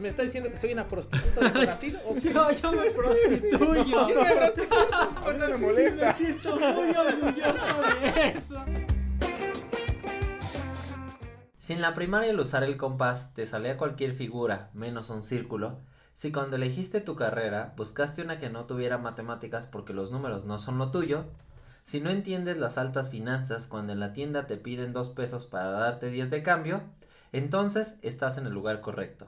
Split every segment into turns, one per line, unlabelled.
¿Me está diciendo que soy una prostituta de Brasil? ¿O qué?
yo, yo me prostituyo.
¿Quién me prostituta?
A mí no me
Me
molesta.
siento muy orgulloso de eso.
Si en la primaria al usar el compás te salía cualquier figura menos un círculo, si cuando elegiste tu carrera buscaste una que no tuviera matemáticas porque los números no son lo tuyo, si no entiendes las altas finanzas cuando en la tienda te piden dos pesos para darte 10 de cambio, entonces estás en el lugar correcto.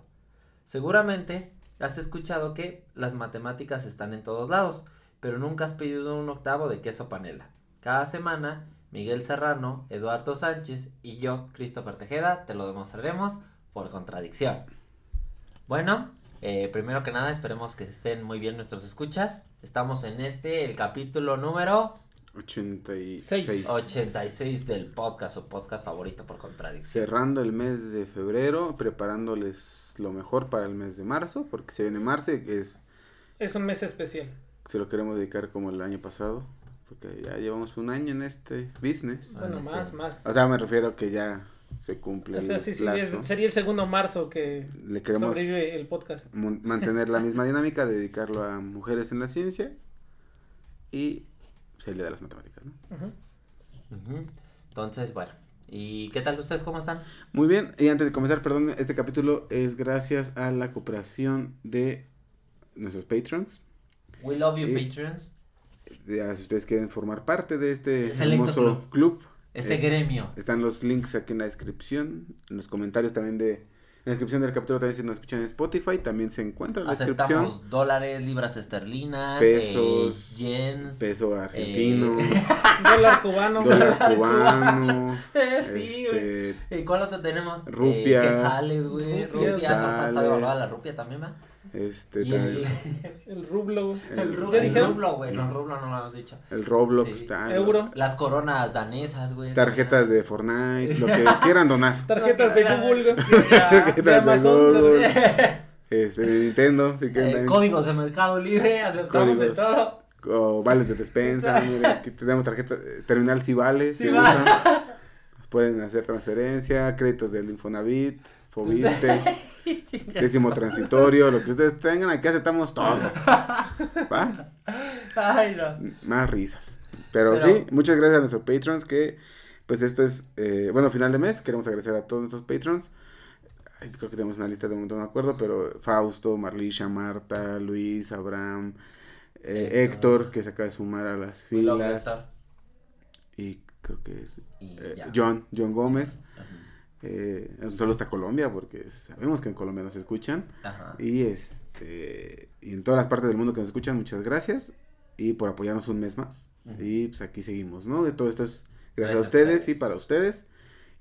Seguramente has escuchado que las matemáticas están en todos lados, pero nunca has pedido un octavo de queso panela. Cada semana, Miguel Serrano, Eduardo Sánchez y yo, Christopher Tejeda, te lo demostraremos por contradicción. Bueno, eh, primero que nada, esperemos que estén muy bien nuestros escuchas. Estamos en este, el capítulo número
86.
86 del podcast, su podcast favorito por contradicción.
Cerrando el mes de febrero, preparándoles lo mejor para el mes de marzo, porque se viene marzo y es
Es un mes especial.
se lo queremos dedicar como el año pasado, porque ya llevamos un año en este business.
Ah,
Bueno,
no
más,
sé.
más.
O sea, me refiero que ya se cumple
O sea,
el
sí, sí,
plazo.
es- sería el segundo marzo que
Le queremos
sobrevive el podcast.
mon- mantener la misma dinámica, dedicarlo a mujeres en la ciencia y se le da las matemáticas, ¿no?
Ujú.
Ujú. Entonces, bueno. ¿Y qué tal ustedes? ¿Cómo están?
Muy bien, y antes de comenzar, perdón, este capítulo es gracias a la cooperación de nuestros patrons.
We love you,
Eh,
patrons.
Ya, si ustedes quieren formar parte de este
Excelente
hermoso club,
Este
es-
gremio.
Están los links aquí en la descripción, en los comentarios también de... En la descripción del capítulo también si nos escuchan en Spotify, también se encuentra la descripción.
Aceptamos dólares, libras esterlinas,
Pesos,
eh, yens.
Peso argentino,
Dólar cubano.
dólar cubano,
Eh, sí, güey.
este,
¿Y Eh, cuál otro tenemos?
Rupias.
Eh, quetzales, güey.
Rupias.
Rupias. hasta Está
Quetzales.
devaluada la rupia también, ¿va?
este,
Y el,
también,
El rublo.
El
el
rublo.
rublo,
Ya
el
dijeron
rublo, güey. No,
No.
rublo no lo hemos dicho.
el Roblox,
Sí.
tal,
Euro.
Las coronas danesas, güey.
tarjetas de Fortnite, lo que quieran donar,
Tarjetas de
Claro.
Google.
Tarjetas de
Amazon,
Google.
de-
este, de Nintendo, si quieren
Eh,
también,
códigos de mercado libre, aceptamos
Códigos.
de todo.
o vales de despensa, mire, aquí tenemos tarjeta, eh, terminal si vales,
Sí
si
va.
usan. pueden hacer transferencia, créditos del Infonavit, Fobiste. décimo transitorio, lo que ustedes tengan, aquí aceptamos todo. ¿Va?
Ay, no.
Más risas. Pero,
Pero-
sí, muchas gracias a nuestros patrons que, pues esto es, eh, bueno, final de mes, queremos agradecer a todos nuestros patrons. Ay, Creo que tenemos una lista de un montón, no me acuerdo, pero Fausto, Marlisha, Marta, Luis, Abraham, eh,
Héctor.
Héctor, que se acaba de sumar a las
We love you,
filas,
Héctor.
y creo que es
Y
eh,
ya.
John, John Gómez.
Ajá.
Eh, un saludo hasta Colombia, porque sabemos que en Colombia nos escuchan.
Ajá.
Y este y en todas las partes del mundo que nos escuchan, muchas gracias. Y por apoyarnos un mes más.
Ujú.
Y pues aquí seguimos, ¿no? Todo esto es gracias,
Gracias a
a ustedes,
ustedes.
y para ustedes.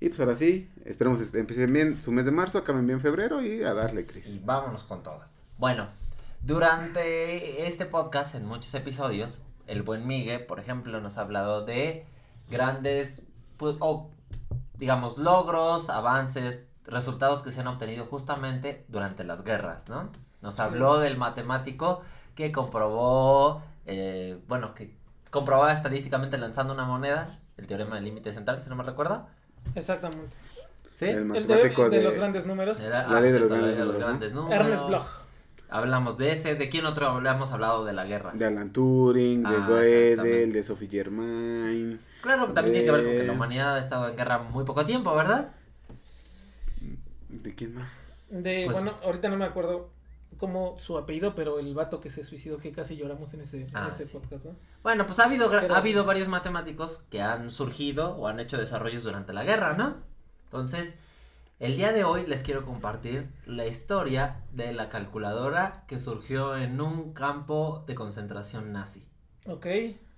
Y pues ahora sí, esperemos este, empiecen bien su mes de marzo, acaben bien febrero y a darle,
Y
Cris.
vámonos con todo. Bueno, durante este podcast, en muchos episodios, el buen Miguel, por ejemplo, nos ha hablado de grandes, pues, o, digamos, logros, avances, resultados que se han obtenido justamente durante las guerras, ¿no? Nos
Sí.
habló del matemático que comprobó, eh, bueno, que comprobaba estadísticamente lanzando una moneda, el teorema del límite central, si no me recuerdo.
Exactamente.
¿Sí?
El
El
matemático
de,
de,
de los grandes números.
Era-
La ley de los
exacto, la ley
grandes
de los
números, ¿no?
grandes números.
Ernest Bloch.
Hablamos de ese, ¿de quién otro hablamos hablado de la guerra?
de Alan Turing, de
Ah,
Gödel,
exactamente.
de Sophie Germain.
Claro que también tiene que ver
Eh.
con que la
de-
humanidad ha estado en guerra muy poco tiempo, ¿verdad?
¿De quién más?
De,
Pues-
bueno, ahorita no me acuerdo como su apellido, pero el vato que se suicidó que casi lloramos en ese, en
Ah,
ese
sí.
podcast, ¿no?
Bueno, pues ha habido gra-
Pero-
ha habido varios matemáticos que han surgido o han hecho desarrollos durante la guerra, ¿no? Entonces, el día de hoy les quiero compartir la historia de la calculadora que surgió en un campo de concentración nazi.
Ok,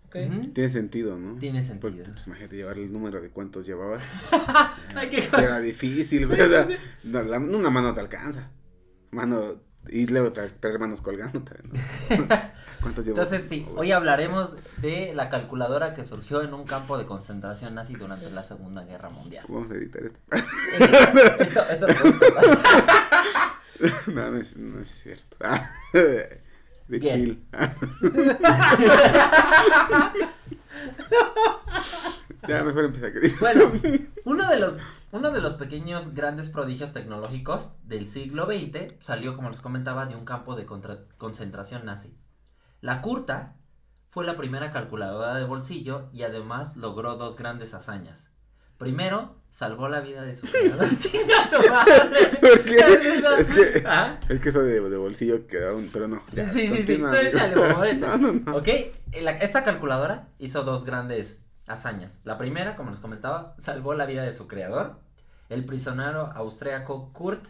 ok.
Ujú.
Tiene sentido, ¿no?
Tiene
Porque,
sentido.
pues, imagínate llevar el número de cuántos llevabas.
Ay, qué-
Sí, era difícil, güey. o sea, no, la- una mano te alcanza. Mano, Y luego tra- traer hermanos colgando también. ¿no? ¿Cuántos Oh, llevo?
Entonces, sí, hoy hablaremos de la calculadora que surgió en un campo de concentración nazi durante la Segunda Guerra Mundial.
Vamos a editar esto.
Esto, esto lo puedes tomar.
no, no es, no es cierto. de
Bien.
chill. ya, mejor empieza, Cris.
Bueno, uno de los uno de los pequeños grandes prodigios tecnológicos del siglo XX salió, como les comentaba, de un campo de contra- concentración nazi. La Curta fue la primera calculadora de bolsillo y además logró dos grandes hazañas. Primero, salvó la vida de su cuñado. ¡Chinga tu madre!
¿Por qué? Es que-
¿Ah?
Es que eso de, de bolsillo queda un... Pero no. ya,
Sí, sí, sí,
continúa,
tú
amigo.
échale, por favor, échale.
No, no, no.
Ok, eh, la- esta calculadora hizo dos grandes hazañas. La primera, como les comentaba, salvó la vida de su creador, el prisionero austriaco Kurt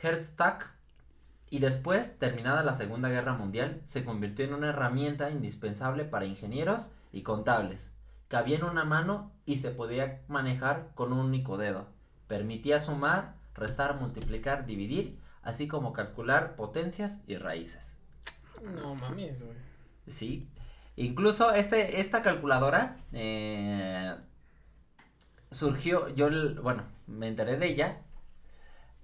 Herstag, y después, terminada la Segunda Guerra Mundial, se convirtió en una herramienta indispensable para ingenieros y contables. Cabía en una mano y se podía manejar con un único dedo. Permitía sumar, restar, multiplicar, dividir, así como calcular potencias y raíces.
No mames, güey.
Sí. Incluso este, esta calculadora eh, surgió, yo, l- bueno, me enteré de ella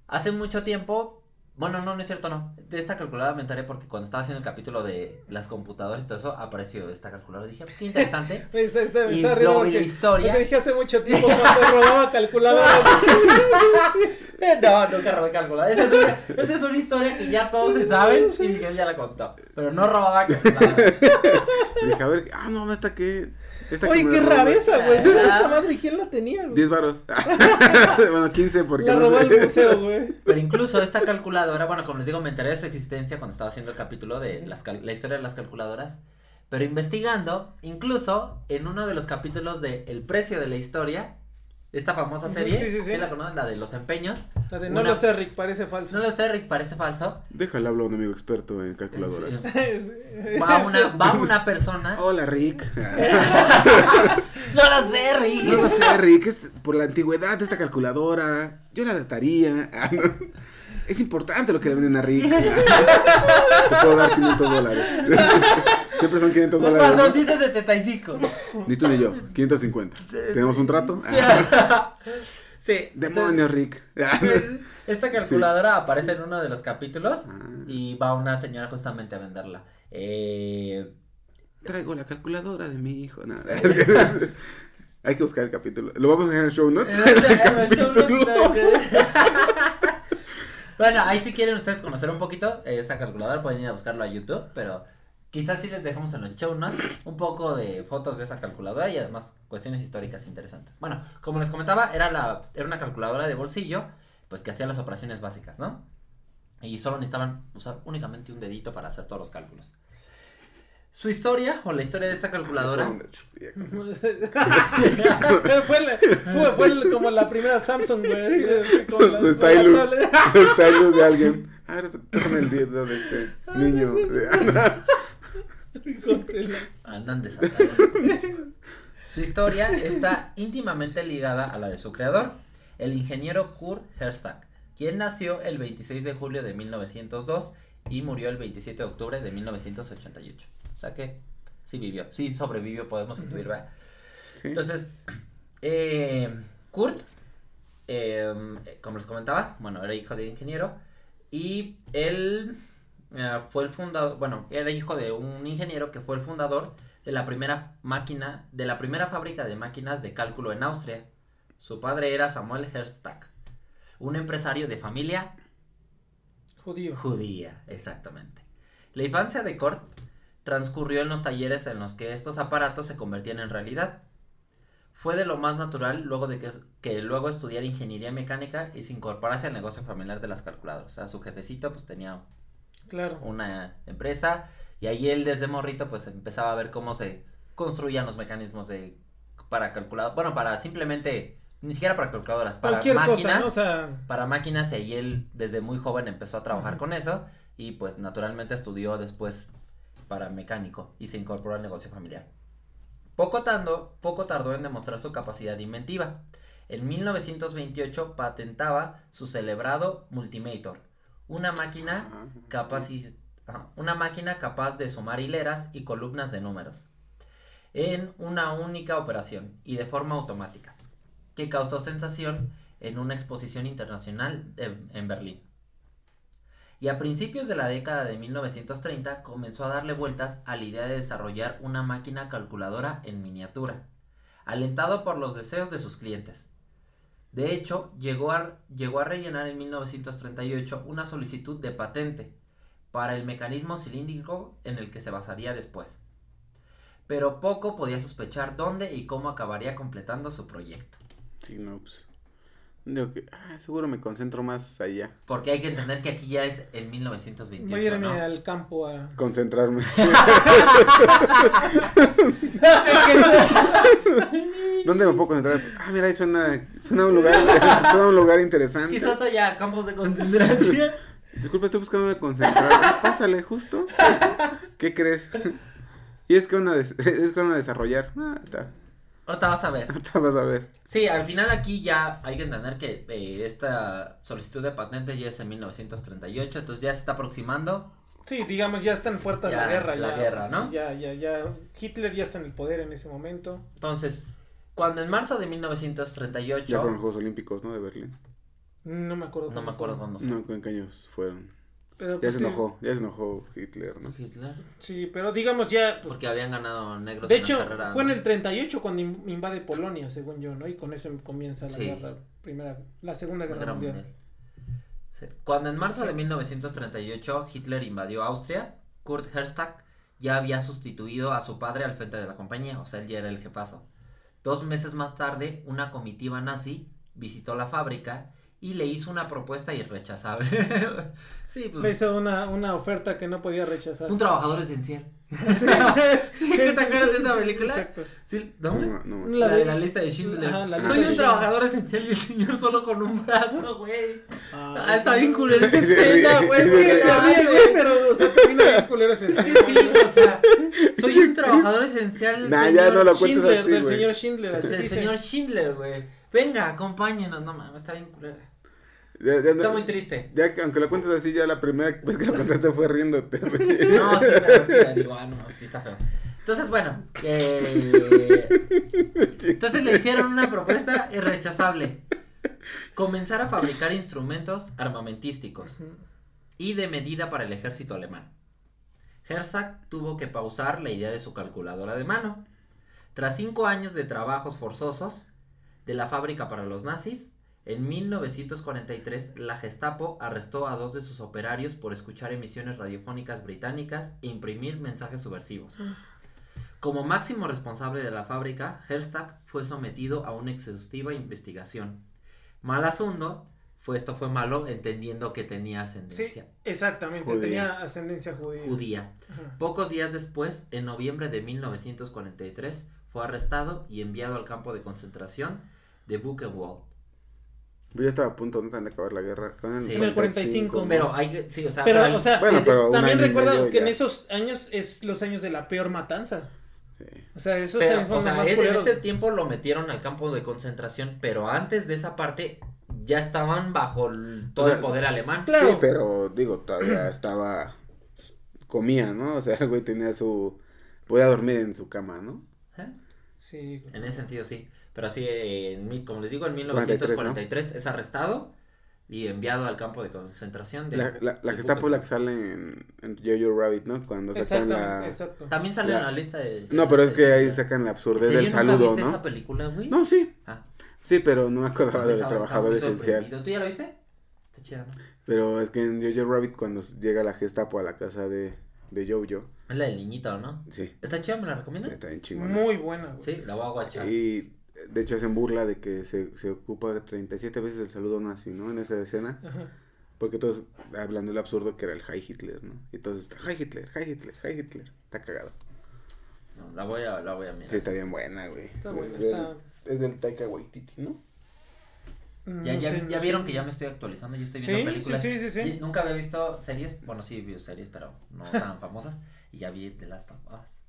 hace mucho tiempo. Bueno, no, no es cierto, no. De esta calculadora me enteré porque cuando estaba haciendo el capítulo de las computadoras y todo eso, apareció esta calculadora. Dije, qué interesante.
Me está, está, me
Y
está riendo
luego vi la
porque,
historia.
porque dije hace mucho tiempo cuando robaba calculadora.
no, nunca robé calculadora. Esa es una, esa es una historia que ya todos se saben y Miguel ya la contó. Pero no robaba calculadora.
Dije, a ver, ah, no, esta que... Esta que
Oye,
me
qué
robó.
rareza, güey.
Ah.
Esta madre, ¿quién la tenía, güey?
10 varos. bueno, 15 porque
La
no
robó
sé.
al museo, güey.
Pero incluso esta calculadora, bueno, como les digo, me enteré de su existencia cuando estaba haciendo el capítulo de las cal- la historia de las calculadoras. Pero investigando, incluso en uno de los capítulos de El precio de la historia, esta famosa
Ujú,
serie,
sí, sí, sí.
¿sí la conocen? La de los empeños.
La de no
Una-
lo sé, Rick, parece falso.
No lo sé, Rick, parece falso.
Déjale hablar a un amigo experto en calculadoras.
Es-
Es-
Va una, va una persona.
Oh.
Hola, Rick.
No lo sé, Rick.
No lo sé, Rick, es por la antigüedad de esta calculadora, yo la dataría. Ah, no. Es importante lo que le venden a Rick. Ah, Te puedo dar 500 dólares. Siempre son 500 dólares.
475.
¿no? Ni tú ni yo, 550. ¿Tenemos un trato? Ah,
Sí.
Demonios, Rick. Ah, no.
Esta calculadora aparece en uno de los capítulos
Ah.
y va una señora justamente a venderla. Eh,
Traigo la calculadora de mi hijo. No, es que es- Hay que buscar el capítulo. Lo vamos a dejar en show notes.
bueno, ahí si quieren ustedes conocer un poquito eh, esta calculadora pueden ir a buscarlo a YouTube, pero quizás sí les dejamos en los show notes un poco de fotos de esa calculadora y además cuestiones históricas interesantes. Bueno, como les comentaba, era, la, era una calculadora de bolsillo, pues que hacía las operaciones básicas, ¿no? Y solo necesitaban usar únicamente un dedito para hacer todos los cálculos. Su historia o la historia de esta calculadora...
fue, la- fue, fue el- como la primera Samsung, güey. así como la-
Su stylus.
con la-
Los tallos de alguien. A ver, déjame el dedo de este niño.
hijos de la-
Andan desatados. su historia está íntimamente ligada a la de su creador, el ingeniero Kurt Herstag, quien nació el 26 de julio de 1902 y murió el 27 de octubre de 1988. O sea que sí vivió, sí sobrevivió, podemos incluir, ¿verdad?
Sí.
Entonces, eh, Kurt, eh, como les comentaba, bueno, era hijo de ingeniero y él eh, fue el fundador, bueno, era hijo de un ingeniero que fue el fundador de la primera máquina, de la primera fábrica de máquinas de cálculo en Austria. Su padre era Samuel Herstag, un empresario de familia
Judío.
Judía, exactamente. La infancia de Kurt transcurrió en los talleres en los que estos aparatos se convertían en realidad. Fue de lo más natural luego de que, que luego estudiara ingeniería mecánica y se incorporase al negocio familiar de las calculadoras. O sea, su jefecito pues tenía
Claro.
una empresa y ahí él desde morrito pues empezaba a ver cómo se construían los mecanismos de para calcular, bueno, para simplemente ni siquiera para calculadoras, para
Cualquier cosa,
máquinas
¿no? O sea,
para máquinas y ahí él desde muy joven empezó a trabajar con eso y pues naturalmente estudió después para mecánico y se incorporó al negocio familiar. Poco, tando- poco tardó en demostrar su capacidad inventiva. En 1928 patentaba su celebrado Multimator, Una máquina
Ajá.
capaz y- ajá, una máquina capaz de sumar hileras y columnas de números en una única operación y de forma automática, que causó sensación en una exposición internacional en, en Berlín. Y a principios de la década de 1930 comenzó a darle vueltas a la idea de desarrollar una máquina calculadora en miniatura, alentado por los deseos de sus clientes. De hecho, llegó a, llegó a rellenar en 1938 una solicitud de patente para el mecanismo cilíndrico en el que se basaría después. Pero poco podía sospechar dónde y cómo acabaría completando su proyecto.
Sí, no, pues. Digo que, ah, seguro me concentro más allá.
Porque hay que entender que aquí ya es en 1928,
Voy a irme
¿no?
al campo a.
Concentrarme. ¿Dónde me puedo concentrar? Ah, mira, ahí suena, suena un lugar, suena un lugar interesante.
Quizás haya campos de concentración.
Disculpa, estoy buscando concentrar. Ah, Pásale, justo. ¿Qué crees? Y es que van a, des- es que van a desarrollar. Ah, está.
Ahorita vas a ver.
Ahorita vas a ver.
Sí, al final aquí ya hay que entender que eh, esta solicitud de patente ya es en 1938, entonces ya se está aproximando.
Sí, digamos, ya está en puerta de
Ya,
la guerra.
la
ya,
guerra, ¿no?
Ya, ya, ya. Hitler ya está en el poder en ese momento.
Entonces, cuando en marzo de
Ya
1938,
fueron los Juegos Olímpicos, ¿no? De Berlín.
No me acuerdo.
no
cómo
me acuerdo
fue.
cuándo fue.
No, ¿en qué años fueron?
Pero,
Ya
pues,
se
sí,
enojó, ya se enojó Hitler, ¿no?
Hitler,
Sí, pero digamos ya. pues,
porque habían ganado negros
de
en la
hecho,
carrera,
fue en
¿no?
el 38 cuando in- invade Polonia, según yo, ¿no? Y con eso comienza la
Sí.
guerra. Primera, la Segunda
la
Guerra,
Guerra
mundial.
Mundial. Sí. Cuando en marzo de 1938 Hitler invadió Austria, Kurt Herstag ya había sustituido a su padre al frente de la compañía, o sea, él ya era el jefazo. Dos meses más tarde, una comitiva nazi visitó la fábrica y le hizo una propuesta irrechazable. sí, pues
Le hizo una, una oferta que no podía rechazar.
un trabajador esencial.
Pues, Sí.
Sí, ¿qué te acuerdas de esa película?
Exacto.
Sí,
No,
¿no?
no, no.
La,
La
de
de-
la lista de Schindler.
Ajá, la
lista de
Soy un
Schindler.
trabajador esencial y el señor solo con un brazo, güey. Ah, está bien culero esa
Sí, sí,
escena,
sí.
güey.
Es
pues, Sí,
que Pues se ríe, güey, pero, o sea, termina bien culero ese
Es que sí, o sea, soy un trabajador esencial del
Nah, ya
señor,
no lo cuentes
Schindler,
así,
del
güey.
señor Schindler, así
del
dice.
señor Schindler, güey. Venga, acompáñenos, no mames, está bien culera.
Ya- ya no-
Está muy triste.
Ya que aunque lo cuentes así, ya la primera vez que lo contaste fue riéndote, güey.
No, sí, la verdad es que ya digo, ah, no, sí está feo. Entonces, bueno, eh, entonces le hicieron una propuesta irrechazable. Comenzar a fabricar instrumentos armamentísticos.
Ujú.
y de medida para el ejército alemán. Herzog tuvo que pausar la idea de su calculadora de mano. Tras cinco años de trabajos forzosos de la fábrica para los nazis, en 1943 la Gestapo arrestó a dos de sus operarios por escuchar emisiones radiofónicas británicas e imprimir mensajes subversivos. Como máximo responsable de la fábrica, Herzog fue sometido a una exhaustiva investigación. Mal asunto, fue esto fue malo entendiendo que tenía
Sí,
ascendencia
exactamente,
Judía.
tenía ascendencia judía.
judía.
Ajá.
Pocos días después, en noviembre de 1943, fue arrestado y enviado al campo de concentración de Buchenwald.
Yo estaba a punto ¿no? de acabar la guerra. Con
Sí.
En el 45,
Pero hay que, sí, o sea, pero hay-
Pero, o sea,
Bueno,
desde-
pero un
también
año y
recuerda
medio
que en
ya.
esos años es los años de la peor matanza.
Sí.
O sea, esos
pero,
años fueron
o sea,
los más
es- en
culeros.
este tiempo lo metieron al campo de concentración, pero antes de esa parte ya estaban bajo el- todo
O sea,
el poder alemán.
Claro.
Sí, pero digo, todavía estaba. Comía, ¿no? O sea, el güey tenía su. Podía dormir en su cama, ¿no?
¿Eh?
Sí.
En ese sentido sí, pero así, eh, en mil- como les digo, en
43,
1943 es arrestado y enviado al campo de concentración de...
La, la, la
de
Gestapo
Buchenwald.
la que sale en, en Jojo Rabbit, ¿no? Cuando sacan
Exactamente,
Pues la.
exacto.
También sale
la-
en la lista de...
No, pero es que ahí
se
sacan la
¿En
absurdez
serio
del
nunca
Pues saludo,
viste esa
¿no?
película, güey?
No, sí.
Ah.
Sí, pero no me acordaba del
Estaba-
trabajador
estaba muy
esencial.
sorprendido. ¿Tú ya la viste? Está chida, ¿no?
Pero es que en Jojo Rabbit, cuando llega la Gestapo a la casa de, de Jojo,
Es la del niñito, ¿no?
sí,
¿Está chida? ¿Me la recomiendas?
está bien chingona.
Muy buena, güey.
Sí, la voy a guachar.
Y de hecho hacen burla de que se, se ocupa 37 veces el saludo nazi, ¿no? En esa escena.
Ajá.
Porque todos hablando el absurdo que era el High Hitler, ¿no? Y todos está High Hitler, High Hitler, High Hitler. Está cagado.
No, la voy a, la voy a mirar.
Sí, está bien buena, güey.
Está buena,
es, del,
está-
es del Taika Waititi, ¿no?
Ya,
No
ya,
sé,
ya
no
vieron
sé.
que ya me estoy actualizando, yo estoy
Sí,
viendo películas.
sí, sí, sí, sí.
Y Nunca había visto series, bueno, sí vi series, pero no tan famosas. Y ya vi The Last of Us.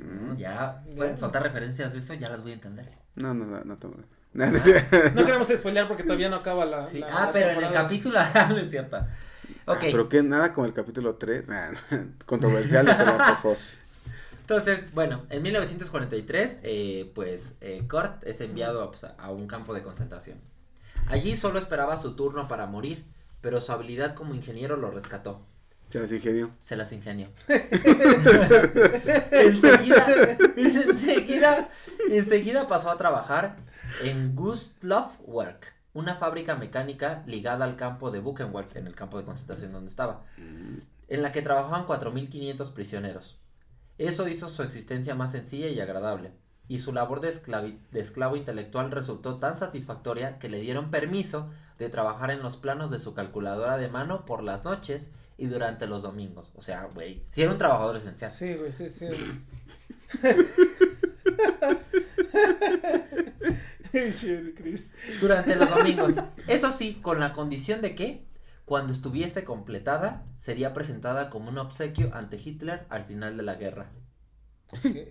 Mm.
Ya
Ya.
pueden soltar referencias de eso, ya las voy a entender.
No, no, no, no. no,
Ah.
no, no, no.
No queremos spoilear porque todavía no acaba la.
Sí,
la-
ah,
la
pero en el
temporada.
capítulo, ah, no es cierto. Ok,
Ah, pero que nada como el capítulo 3, controversial de The Last of Us.
entonces, bueno, en 1943, eh, pues eh, Kurt es enviado a, pues, a un campo de concentración. Allí solo esperaba su turno para morir, pero su habilidad como ingeniero lo rescató.
Se las ingenió.
Se las ingenió. enseguida, enseguida, enseguida pasó a trabajar en Gustloff Work, una fábrica mecánica ligada al campo de Buchenwald, en el campo de concentración donde estaba, en la que trabajaban 4.500 prisioneros. Eso hizo su existencia más sencilla y agradable, y su labor de, esclavi- de esclavo intelectual resultó tan satisfactoria que le dieron permiso de trabajar en los planos de su calculadora de mano por las noches y durante los domingos. O sea, güey, si era un trabajador esencial.
Sí, güey, sí, sí. Shit, Chris.
durante los domingos. Eso sí, con la condición de que, cuando estuviese completada, sería presentada como un obsequio ante Hitler al final de la guerra.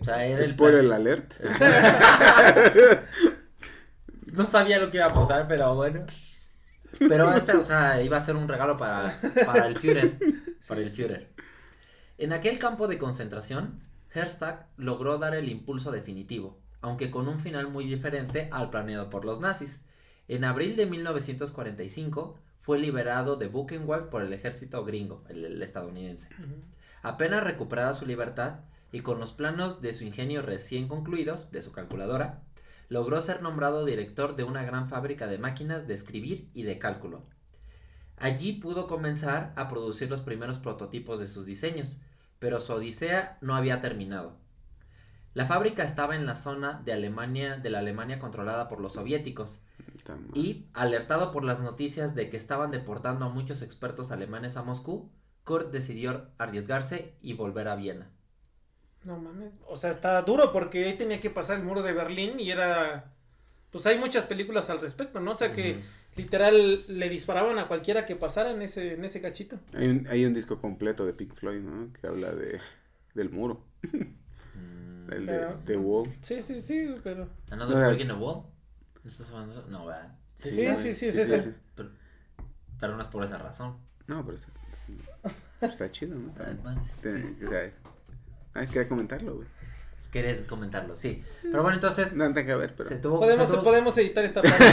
O sea, era el
Spoiler
plan.
alert.
No sabía lo que iba a pasar, pero bueno. Pero este, o sea, iba a ser un regalo para, para el Führer. Para el Führer. En aquel campo de concentración, Herstag logró dar el impulso definitivo, aunque con un final muy diferente al planeado por los nazis. En abril de 1945 fue liberado de Buchenwald por el ejército gringo, el- el estadounidense. Apenas recuperada su libertad y con los planos de su ingenio recién concluidos, de su calculadora, logró ser nombrado director de una gran fábrica de máquinas de escribir y de cálculo. Allí pudo comenzar a producir los primeros prototipos de sus diseños, pero su odisea no había terminado. La fábrica estaba en la zona de Alemania, de la Alemania controlada por los soviéticos,
Puta madre.
y, alertado por las noticias de que estaban deportando a muchos expertos alemanes a Moscú, Kurt decidió arriesgarse y volver a Viena.
No mames. O sea, está duro porque ahí tenía que pasar el muro de Berlín y era. Pues hay muchas películas al respecto, ¿no? O sea que
Ujú.
literal le disparaban a cualquiera que pasara en ese, en ese cachito.
Hay, un, hay un disco completo de Pink Floyd, ¿no? Que habla de del muro,
Mm,
el de
Claro.
The Wall.
Sí, sí, sí, pero.
Another
No,
Brick in the Wall. ¿No estás hablando de eso? No, ¿verdad?
Sí, sí,
¿no?
sí, sí, es ese.
Pero, pero no es por esa razón.
No, pero está, está chido, ¿no?
Ah,
Está-
bueno, sí.
te- o sea, ay, quería comentarlo, güey.
Quieres comentarlo, sí. Pero bueno, entonces.
No, no tengo que ver, pero-
Se tuvo,
Podemos,
se tuvo-
podemos editar esta parte.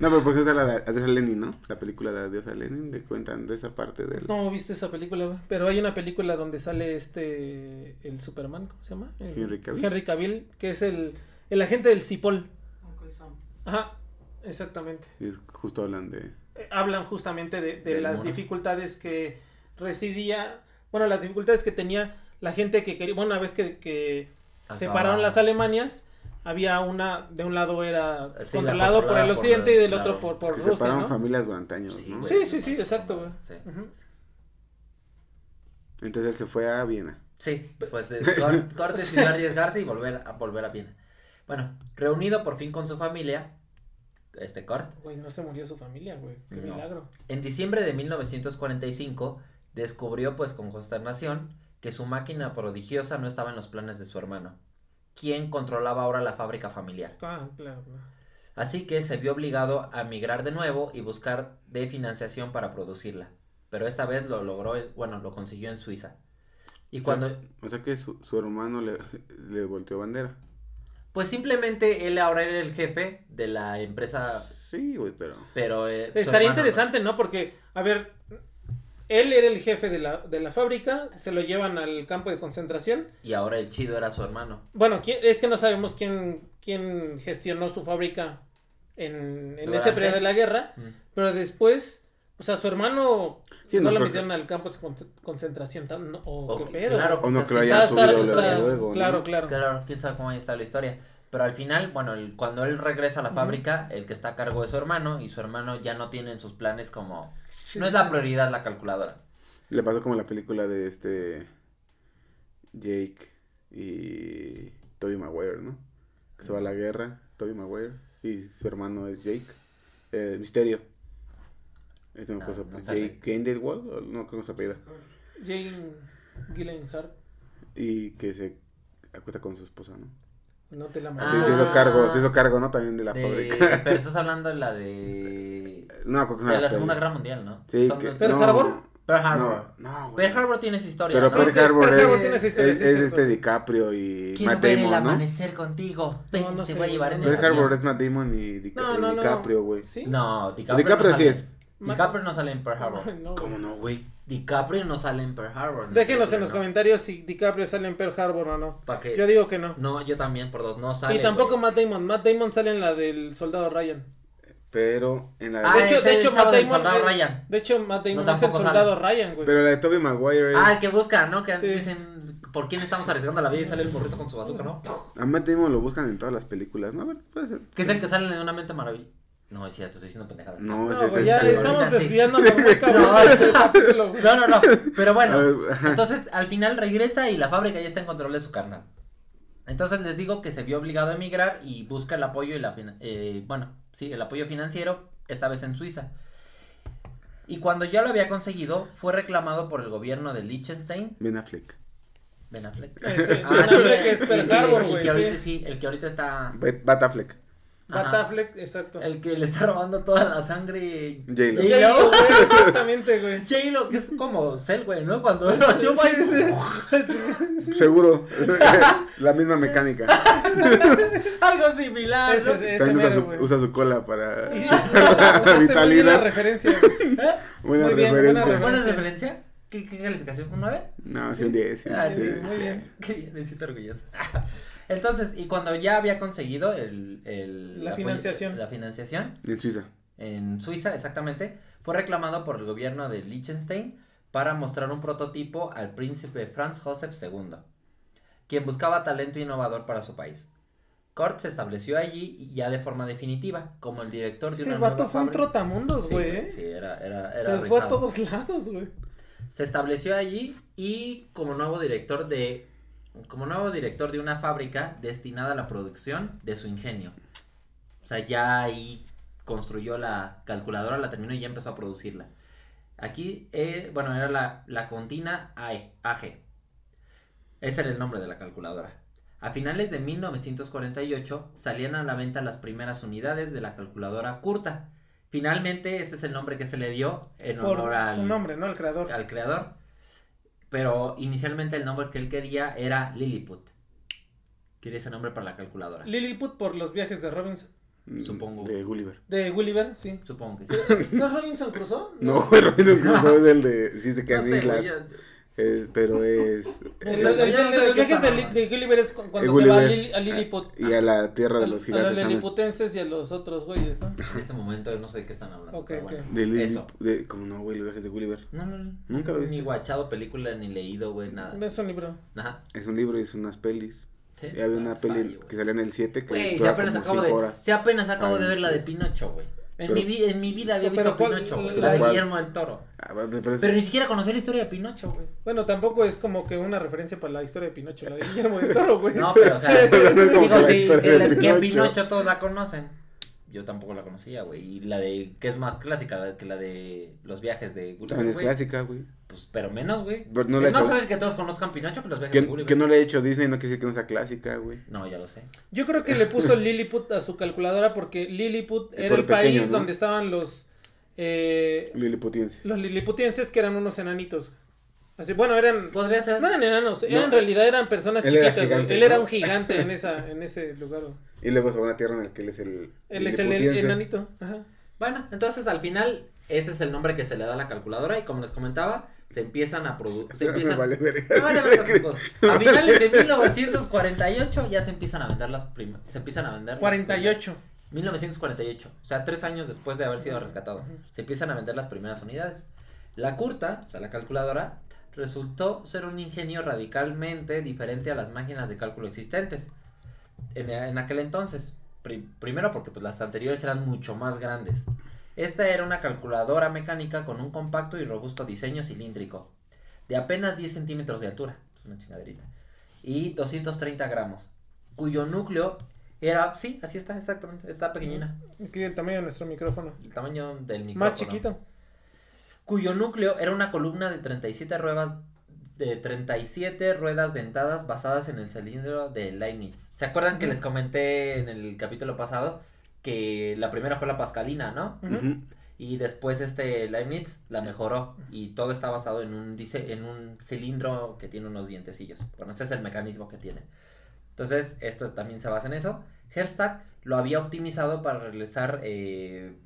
No, pero por ejemplo está la de Adiós a Lenin, ¿no? La película de Adiós a Lenin, le cuentan de esa parte del...
No viste esa película, güey. Pero hay una película donde sale este. El Superman, ¿cómo se llama? El-
Henry Cavill.
Henry Cavill, que es el, el agente del Cipol.
Uncle Sam.
Ajá, exactamente.
y es- justo hablan de...
Eh, hablan justamente de, de
Del
las
mono.
dificultades que residía, bueno, las dificultades que tenía la gente que quería, bueno, una vez que, que
Acababa.
separaron las Alemanias, había una, de un lado era
Sí, la
controlado por el
controlada por
occidente
la-
y del
claro.
otro por,
es
por
que
Rusia,
separaron
¿no?
familias durante años, ¿no?
güey,
Sí, sí, sí,
no,
exacto, güey.
Sí.
Ujú.
Entonces él se fue a Viena.
Sí, pues eh, Cor- Cort decidió arriesgarse y volver a volver a Viena. Bueno, reunido por fin con su familia, este Cort,
Güey, no se murió su familia, güey. Qué
No.
milagro.
en diciembre de 1945 descubrió pues con consternación que su máquina prodigiosa no estaba en los planes de su hermano, quien controlaba ahora la fábrica familiar.
Ah, claro. no.
Así que se vio obligado a migrar de nuevo y buscar de financiación para producirla. Pero esta vez lo logró, bueno, lo consiguió en Suiza. Y
O sea,
cuando,
O sea que su, su hermano le, le volteó bandera.
pues simplemente él ahora era el jefe de la empresa,
Sí, güey, pero...
pero... eh, su
Estaría
hermano-
interesante, ¿no? Porque, a ver, él era el jefe de la, de la fábrica, se lo llevan al campo de concentración.
Y ahora el chido era su hermano.
Bueno, ¿quién- es que no sabemos quién, quién gestionó su fábrica en, en
Durante.
ese periodo de la guerra,
Mm.
pero después, o sea, su hermano
Sí,
no,
no
lo
creo
metieron al campo de con- concentración, tam- no, o
O-
qué pedo.
claro, pues,
O no que lo
Quizás
hayan
Está- está-
subido
está-
luego, ¿no?
claro, claro.
Claro, quién sabe cómo ahí está la historia. Pero al final, bueno, el- cuando él regresa a la
Ujú.
fábrica, el que está a cargo es su hermano y su hermano ya no tiene en sus planes como... No es la prioridad la calculadora.
Le pasó como la película de este Jake y Toby Maguire, ¿no? Que se va a la guerra, Toby Maguire, y su hermano es Jake, eh, Misterio. Este no,
Ah,
fue su-
no está
Jake Gyllenhaal, o no creo que se apellida.
Jane Gyllenhaal,
Y que se acuesta con su esposa, ¿no?
no te la
Ah.
Sí,
mames.
se hizo cargo, se hizo cargo, ¿no? También de la
De-
fábrica.
Pero estás hablando de la de
No, creo que es una
De la
adaptación.
Segunda Guerra Mundial, ¿no?
Sí,
Son
que-
de-
¿Pearl
no,
Harbor?
Pearl
No,
Harbor.
no, güey.
Pearl Harbor tiene esa historia.
Pero
¿no?
Pearl
Pearl
Harbor
Harbor
es,
tiene esa historia,
es-
sí,
es
cierto.
este DiCaprio y
Quiero
Matt
ver el
Damon, ¿no?
amanecer contigo. Ven,
No, no
te
sé,
voy a llevar en
güey.
el
Pearl Harbor
avión.
es Matt Damon y Dica-
No,
y
no, no.
DiCaprio, güey.
¿Sí?
No, DiCaprio.
DiCaprio
no
sí
sale.
es.
DiCaprio no sale en Pearl Harbor.
No, güey.
¿Cómo no, güey?
DiCaprio no sale en Pearl Harbor.
Déjenos en los comentarios si DiCaprio sale en Pearl Harbor o no.
¿Para qué?
Yo digo que no.
No, yo también, por dos. No sale.
y tampoco
güey.
Matt Damon. Matt Damon sale en la del soldado Ryan.
Pero en la de,
Ah,
De hecho,
es el
de hecho
chavo
Matt
del
Damon.
soldado
eh,
Ryan.
De hecho, Matt Damon
No,
es el
tampoco
soldado Ryan, güey.
pero la de Tobey Maguire es...
Ah, el que busca, ¿no? Que
Sí.
dicen, ¿por quién estamos arriesgando la vida? Y sale el morrito con su bazooka, ¿no?
A Matt Damon lo buscan en todas las películas, ¿no? A ver, puede ser.
Que es el que sale en una mente maravillosa. No, es cierto, estoy diciendo pendejadas.
No,
No,
ese es
güey, ya
este,
estamos-
estamos
Sí.
desviando muy cabrón.
No,
de este capítulo, güey.
No, no, no. Pero
A
bueno,
ver, ajá.
entonces al final regresa y la fábrica ya está en control de su carnal. Entonces les digo que se vio obligado a emigrar y busca el apoyo y la fina- eh, bueno, sí, el apoyo financiero, esta vez en Suiza. Y cuando ya lo había conseguido, fue reclamado por el gobierno de Liechtenstein,
Ben Affleck.
Ben Affleck.
Eh, sí,
Ah,
Ben
sí,
Affleck es
el
Pearl
que-
Harbor,
el
güey,
que ahorita
sí.
sí, el que ahorita está
Bat Bat Affleck.
Matt
Ajá.
Affleck, exacto.
el que le está robando toda la sangre
J-Lo.
Ya
J-Lo.
digo, güey, exactamente, güey.
J-Lo, que es como Cell, güey, ¿no? Cuando lo chupa y-
Seguro. la misma mecánica.
algo similar.
Ese,
Ah, ¿no?
ese, ese
También usa
mero,
su,
güey.
usa su cola para
Y-
chupar la
Usaste muy bien la
vitalidad.
referencia. güey.
¿Eh?
Buena
Muy bien, buena
referencia.
Buena referencia. ¿Qué, qué calificación? ¿Un 9?
No, sí, un 10. sí,
Ah,
sí,
sí,
sí.
muy bien.
Qué bien, me siento orgulloso. Entonces, y cuando ya había conseguido el, el
La
apoyo-
financiación.
la financiación
En Suiza.
en Suiza, exactamente, fue reclamado por el gobierno de Liechtenstein para mostrar un prototipo al príncipe Franz Josef II, quien buscaba talento innovador para su país. Kort se estableció allí y ya de forma definitiva como el director de
Este
una nueva
vato fue un
fábrica-
trotamundos,
Sí,
güey.
güey,
¿eh?
sí, era, era,
Se
era
fue a
rifado.
todos lados, güey.
se estableció allí y como nuevo director de como nuevo director de una fábrica destinada a la producción de su ingenio. O sea, ya ahí construyó la calculadora, la terminó y ya empezó a producirla. Aquí, eh, bueno, era la, la Contina AE AG. Ese era el nombre de la calculadora. A finales de 1948 salían a la venta las primeras unidades de la calculadora Curta. Finalmente, ese es el nombre que se le dio en
Por
honor al,
su nombre, ¿no? El creador.
al creador. Pero inicialmente el nombre que él quería era Lilliput. Quería ese nombre para la calculadora.
Lilliput por los viajes de Robinson.
Supongo.
De Gulliver.
De Gulliver, sí.
Supongo que sí.
¿No es Robinson Crusoe?
No, güey, Robinson Crusoe es el de. Sí, se queda
No
en
sé, güey,
islas. eh, pero es.
El,
yo
el-
no sé
el- el
de qué
viaje de,
está
Li-
hablando.
de Gulliver es cu- cuando
Eh,
se va a,
Gulliver.
Lil- a Lilliput.
Y a la tierra
A,
de los gigantes.
los
también.
liliputenses y a los otros güeyes, ¿no?
yo- En este momento no sé de qué están hablando.
Ok, ok.
pero bueno.
De Lillip-
Eso.
de- como no, güey, los viajes de Gulliver.
No, no, no.
Nunca lo
Ni
viste.
guachado película, ni leído,
Mm,
güey, nada.
Es un libro.
Ajá.
Es un libro y es unas pelis.
Sí, Ah,
Y había una
fallo,
peli
güey.
que salía en el 7 que
Güey, si
dura
apenas
como
acabo
5
de,
horas.
si apenas acabo
Ay,
de ver la de
chido.
Pinocho, güey. En,
Pero-
mi, vi- en mi vida había
Pero
visto
¿cuál-
Pinocho, güey.
la
La de
cuál?
Guillermo del Toro.
Ah, bueno, pero es-
Pero ni siquiera conocía la historia de Pinocho, güey.
Bueno, tampoco es como que una referencia para la historia de Pinocho, la de Guillermo del Toro, güey.
No, pero o sea,
Pero no es como
digo,
que la
sí,
historia
que, la-
de
que
Pinocho.
Pinocho todos la conocen. Yo tampoco la conocía, güey. Y la de, que es más clásica la- que la de los viajes de Gulliver,
También es
güey.
clásica, güey.
Pues, pero menos, güey.
Pero no la
es más
hizo-
fácil que todos conozcan Pinocho que los viajes de
Que,
Gulliver.
que no le he hecho Disney, no quiere decir que no sea clásica, güey.
No, ya lo sé.
Yo creo que le puso Lilliput a su calculadora porque Lilliput
Y
era
por
el
pequeño,
país
¿no?
donde estaban los eh,
Liliputienses.
los liliputienses que eran unos enanitos. Así, bueno, eran
Podría ser.
no eh, eran enanos,
No.
eran, en realidad eran personas
Él era
chiquitas. güey.
gigante,
él era
¿no?
un gigante en esa en ese lugar. güey.
Y luego se va a una tierra en la que él es el.
Él es el,
liliputiense.
enanito. Ajá.
Bueno, entonces al final, ese es el nombre que se le da a la calculadora. Y como les comentaba, se empiezan a producir. Se
Ya me
empiezan.
vale verga.
Me vale verga sus cosas. A finales de 1948 ya se empiezan a vender las primas. Se empiezan a vender. las primas.
48.
1948, o sea, tres años después de haber sido rescatado, se empiezan a vender las primeras unidades. La curta, o sea, la calculadora, resultó ser un ingenio radicalmente diferente a las máquinas de cálculo existentes en, en aquel entonces. Pri- primero porque pues, las anteriores eran mucho más grandes. Esta era una calculadora mecánica con un compacto y robusto diseño cilíndrico, de apenas 10 centímetros de altura, una chingaderita, y 230 gramos, cuyo núcleo era, sí, así está, exactamente, está pequeñina,
Aquí el tamaño de nuestro micrófono.
el tamaño del micrófono.
Mm. Más chiquito.
Cuyo núcleo era una columna de 37 ruedas de 37 ruedas dentadas basadas en el cilindro de Leibniz. ¿Se acuerdan que les comenté en el capítulo pasado que la primera fue la pascalina, ¿no?
Ujú.
Ujú.
Y después este Leibniz la mejoró y todo está basado en un, dice, en un cilindro que tiene unos dientecillos. Bueno, ese es el mecanismo que tiene. Entonces, esto también se basa en eso. Herstack lo había optimizado para realizar eh,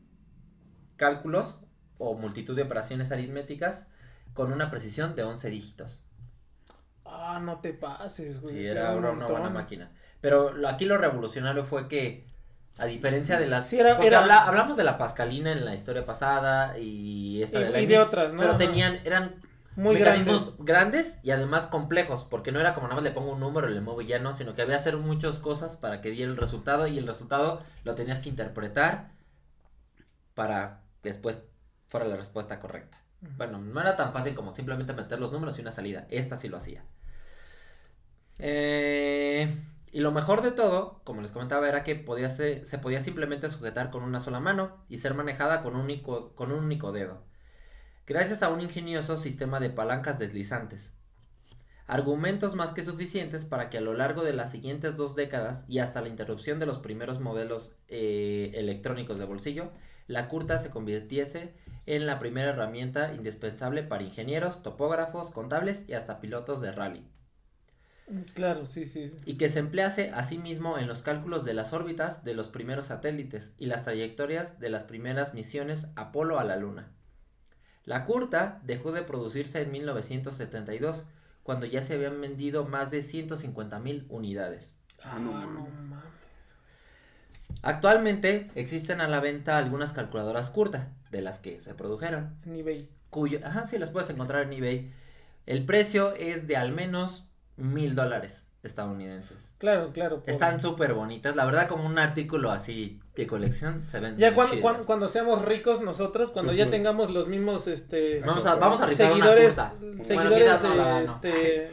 cálculos o multitud de operaciones aritméticas con una precisión de 11 dígitos.
Ah, no te pases, güey.
Sí,
sí,
era
un
una, una
montón.
buena máquina. Pero lo- aquí lo revolucionario fue que, a diferencia de las...
Sí, era-
porque
era-
habla- hablamos de la pascalina en la historia pasada y esta
Y-
de
y
la
de
Leibniz,
otras, ¿no?
Pero
Ajá.
tenían, eran
Muy
mecanismos
grandes.
grandes. y además complejos, porque no era como nada más le pongo un número y le muevo y ya no, sino que había que hacer muchas cosas para que diera el resultado y el resultado lo tenías que interpretar para que después fuera la respuesta correcta. Bueno, no era tan fácil como simplemente meter los números y una salida. Esta sí lo hacía. Eh, y lo mejor de todo, como les comentaba, era que podía ser- se podía simplemente sujetar con una sola mano y ser manejada con, un único, con un único dedo gracias a un ingenioso sistema de palancas deslizantes. Argumentos más que suficientes para que a lo largo de las siguientes dos décadas y hasta la interrupción de los primeros modelos eh, electrónicos de bolsillo, la curta se convirtiese en la primera herramienta indispensable para ingenieros, topógrafos, contables y hasta pilotos de rally,
Claro, sí, sí. sí.
y que se emplease asimismo en los cálculos de las órbitas de los primeros satélites y las trayectorias de las primeras misiones Apolo a la Luna. La curta dejó de producirse en 1972, cuando ya se habían vendido más de 150.000 unidades.
Ah, no
Ah,
mames.
mames.
Actualmente existen a la venta algunas calculadoras curta, de las que se produjeron,
En eBay.
cuyo, ajá, sí las puedes encontrar en eBay. El precio es de al menos mil dólares estadounidenses.
Claro, claro. por-
Están súper bonitas, la verdad como un artículo así de colección se venden.
Ya cuando,
chidas.
cuando, cuando seamos ricos nosotros, cuando ya
Ujú.
tengamos los mismos este
Vamos a, vamos a rifar una
seguidores,
curta.
seguidores
quizás no, la
de
verdad no.
este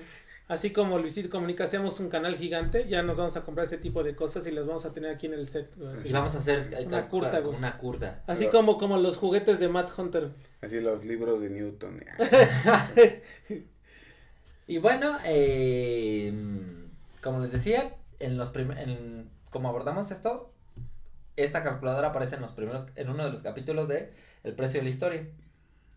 así como Luisito Comunica hacemos un canal gigante, ya nos vamos a comprar ese tipo de cosas y las vamos a tener aquí en el set. güey, así.
Y vamos a hacer eh,
Una curta, güey.
una curta.
Así como como los juguetes de Matt Hunter.
Así los libros de ah, Newton.
Y bueno, eh, mm, como les decía, en los prim- en- como abordamos esto, esta calculadora aparece en los primeros, en uno de los capítulos de El precio de la historia.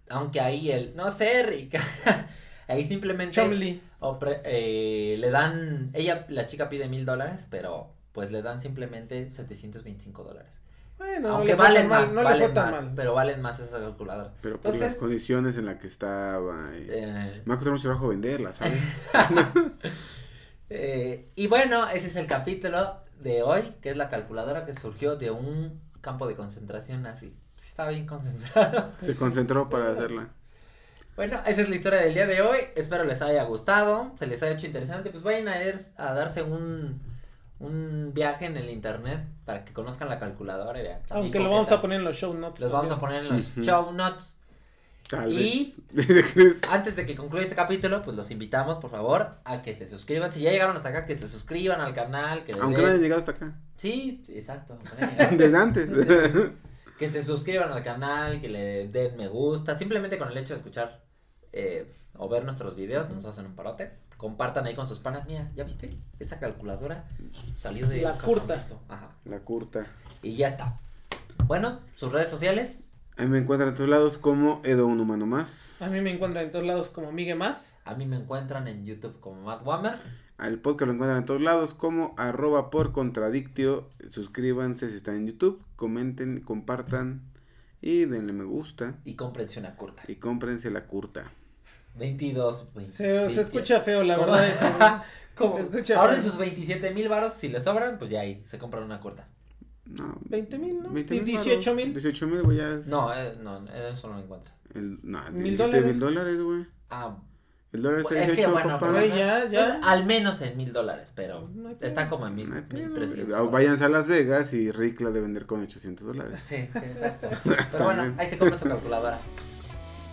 Aunque ahí el, no sé, rica, ahí simplemente
Chomley.
opre- eh, le dan, ella, la chica pide mil dólares, pero pues le dan simplemente 725 dólares.
Bueno, no
Aunque
le fue tan
valen
mal,
más,
no le
valen
fue tan
más,
mal.
pero valen más esas calculadoras.
Pero por las
Entonces-
condiciones en las que estaba. y-
Eh,
Me ha costado mucho trabajo venderla, ¿sabes?
Eh, y bueno, ese es el capítulo de hoy, que es la calculadora que surgió de un campo de concentración nazi. Sí, Está bien concentrado.
Se concentró para hacerla.
Bueno, esa es la historia del día de hoy. Espero les haya gustado, se les haya hecho interesante. Pues vayan a, ver- a darse un, un viaje en el internet para que conozcan la calculadora. y vean, está bien
Aunque lo vamos
coqueta.
a poner en los show notes.
Los vamos a
también.
poner en los
Ujú.
show notes.
Tal
Y-
vez. Dice Chris.
Antes de que concluya este capítulo, pues los invitamos, por favor, a que se suscriban. Si ya llegaron hasta acá, que se suscriban al canal. Que le
Aunque
den-
no hayan llegado hasta acá.
Sí, exacto.
Desde antes.
que se suscriban al canal, que le den me gusta. Simplemente con el hecho de escuchar eh, o ver nuestros videos, nos hacen un parote. Compartan ahí con sus panas. Mira, ¿ya viste? Esa calculadora salió de.
La
un
curta.
campamento. Ajá.
La curta.
Y ya está. Bueno, sus redes sociales.
Ahí me encuentran en todos lados como Edo Un Humano Más.
A mí me encuentran en todos lados como Migue Más.
A mí me encuentran en YouTube como Matt Wammer.
Al podcast lo encuentran en todos lados como arroba por contradictio. Suscríbanse si están en YouTube. Comenten, compartan y denle me gusta.
Y cómprense una curta.
Y cómprense la curta.
22.
Se, se escucha feo, la verdad. eso, güey. Se escucha
Ahora en
feo.
sus 27 mil varos, si les sobran, pues ya ahí se compran una curta.
No.
20 mil, ¿no?
20,000
18
varos.
mil.
18 mil, güey. Ya es
No, eh, no, eso no lo encuentro.
el- no, 17
¿Mil dólares?
mil dólares, güey.
Ah,
El dólar está
Pues, es que,
18,
bueno,
papá.
pero-
Güey, ya, ya.
es Pues, ah, al menos en mil dólares, pero
No hay pedo.
está como en mil,
pues, No hay pedo,
mil
güey. Ah,
trescientos.
O Váyanse a Las Vegas y Rick la de vender con 800 dólares.
Sí, sí, exacto. Pero bueno, ahí se compra su calculadora.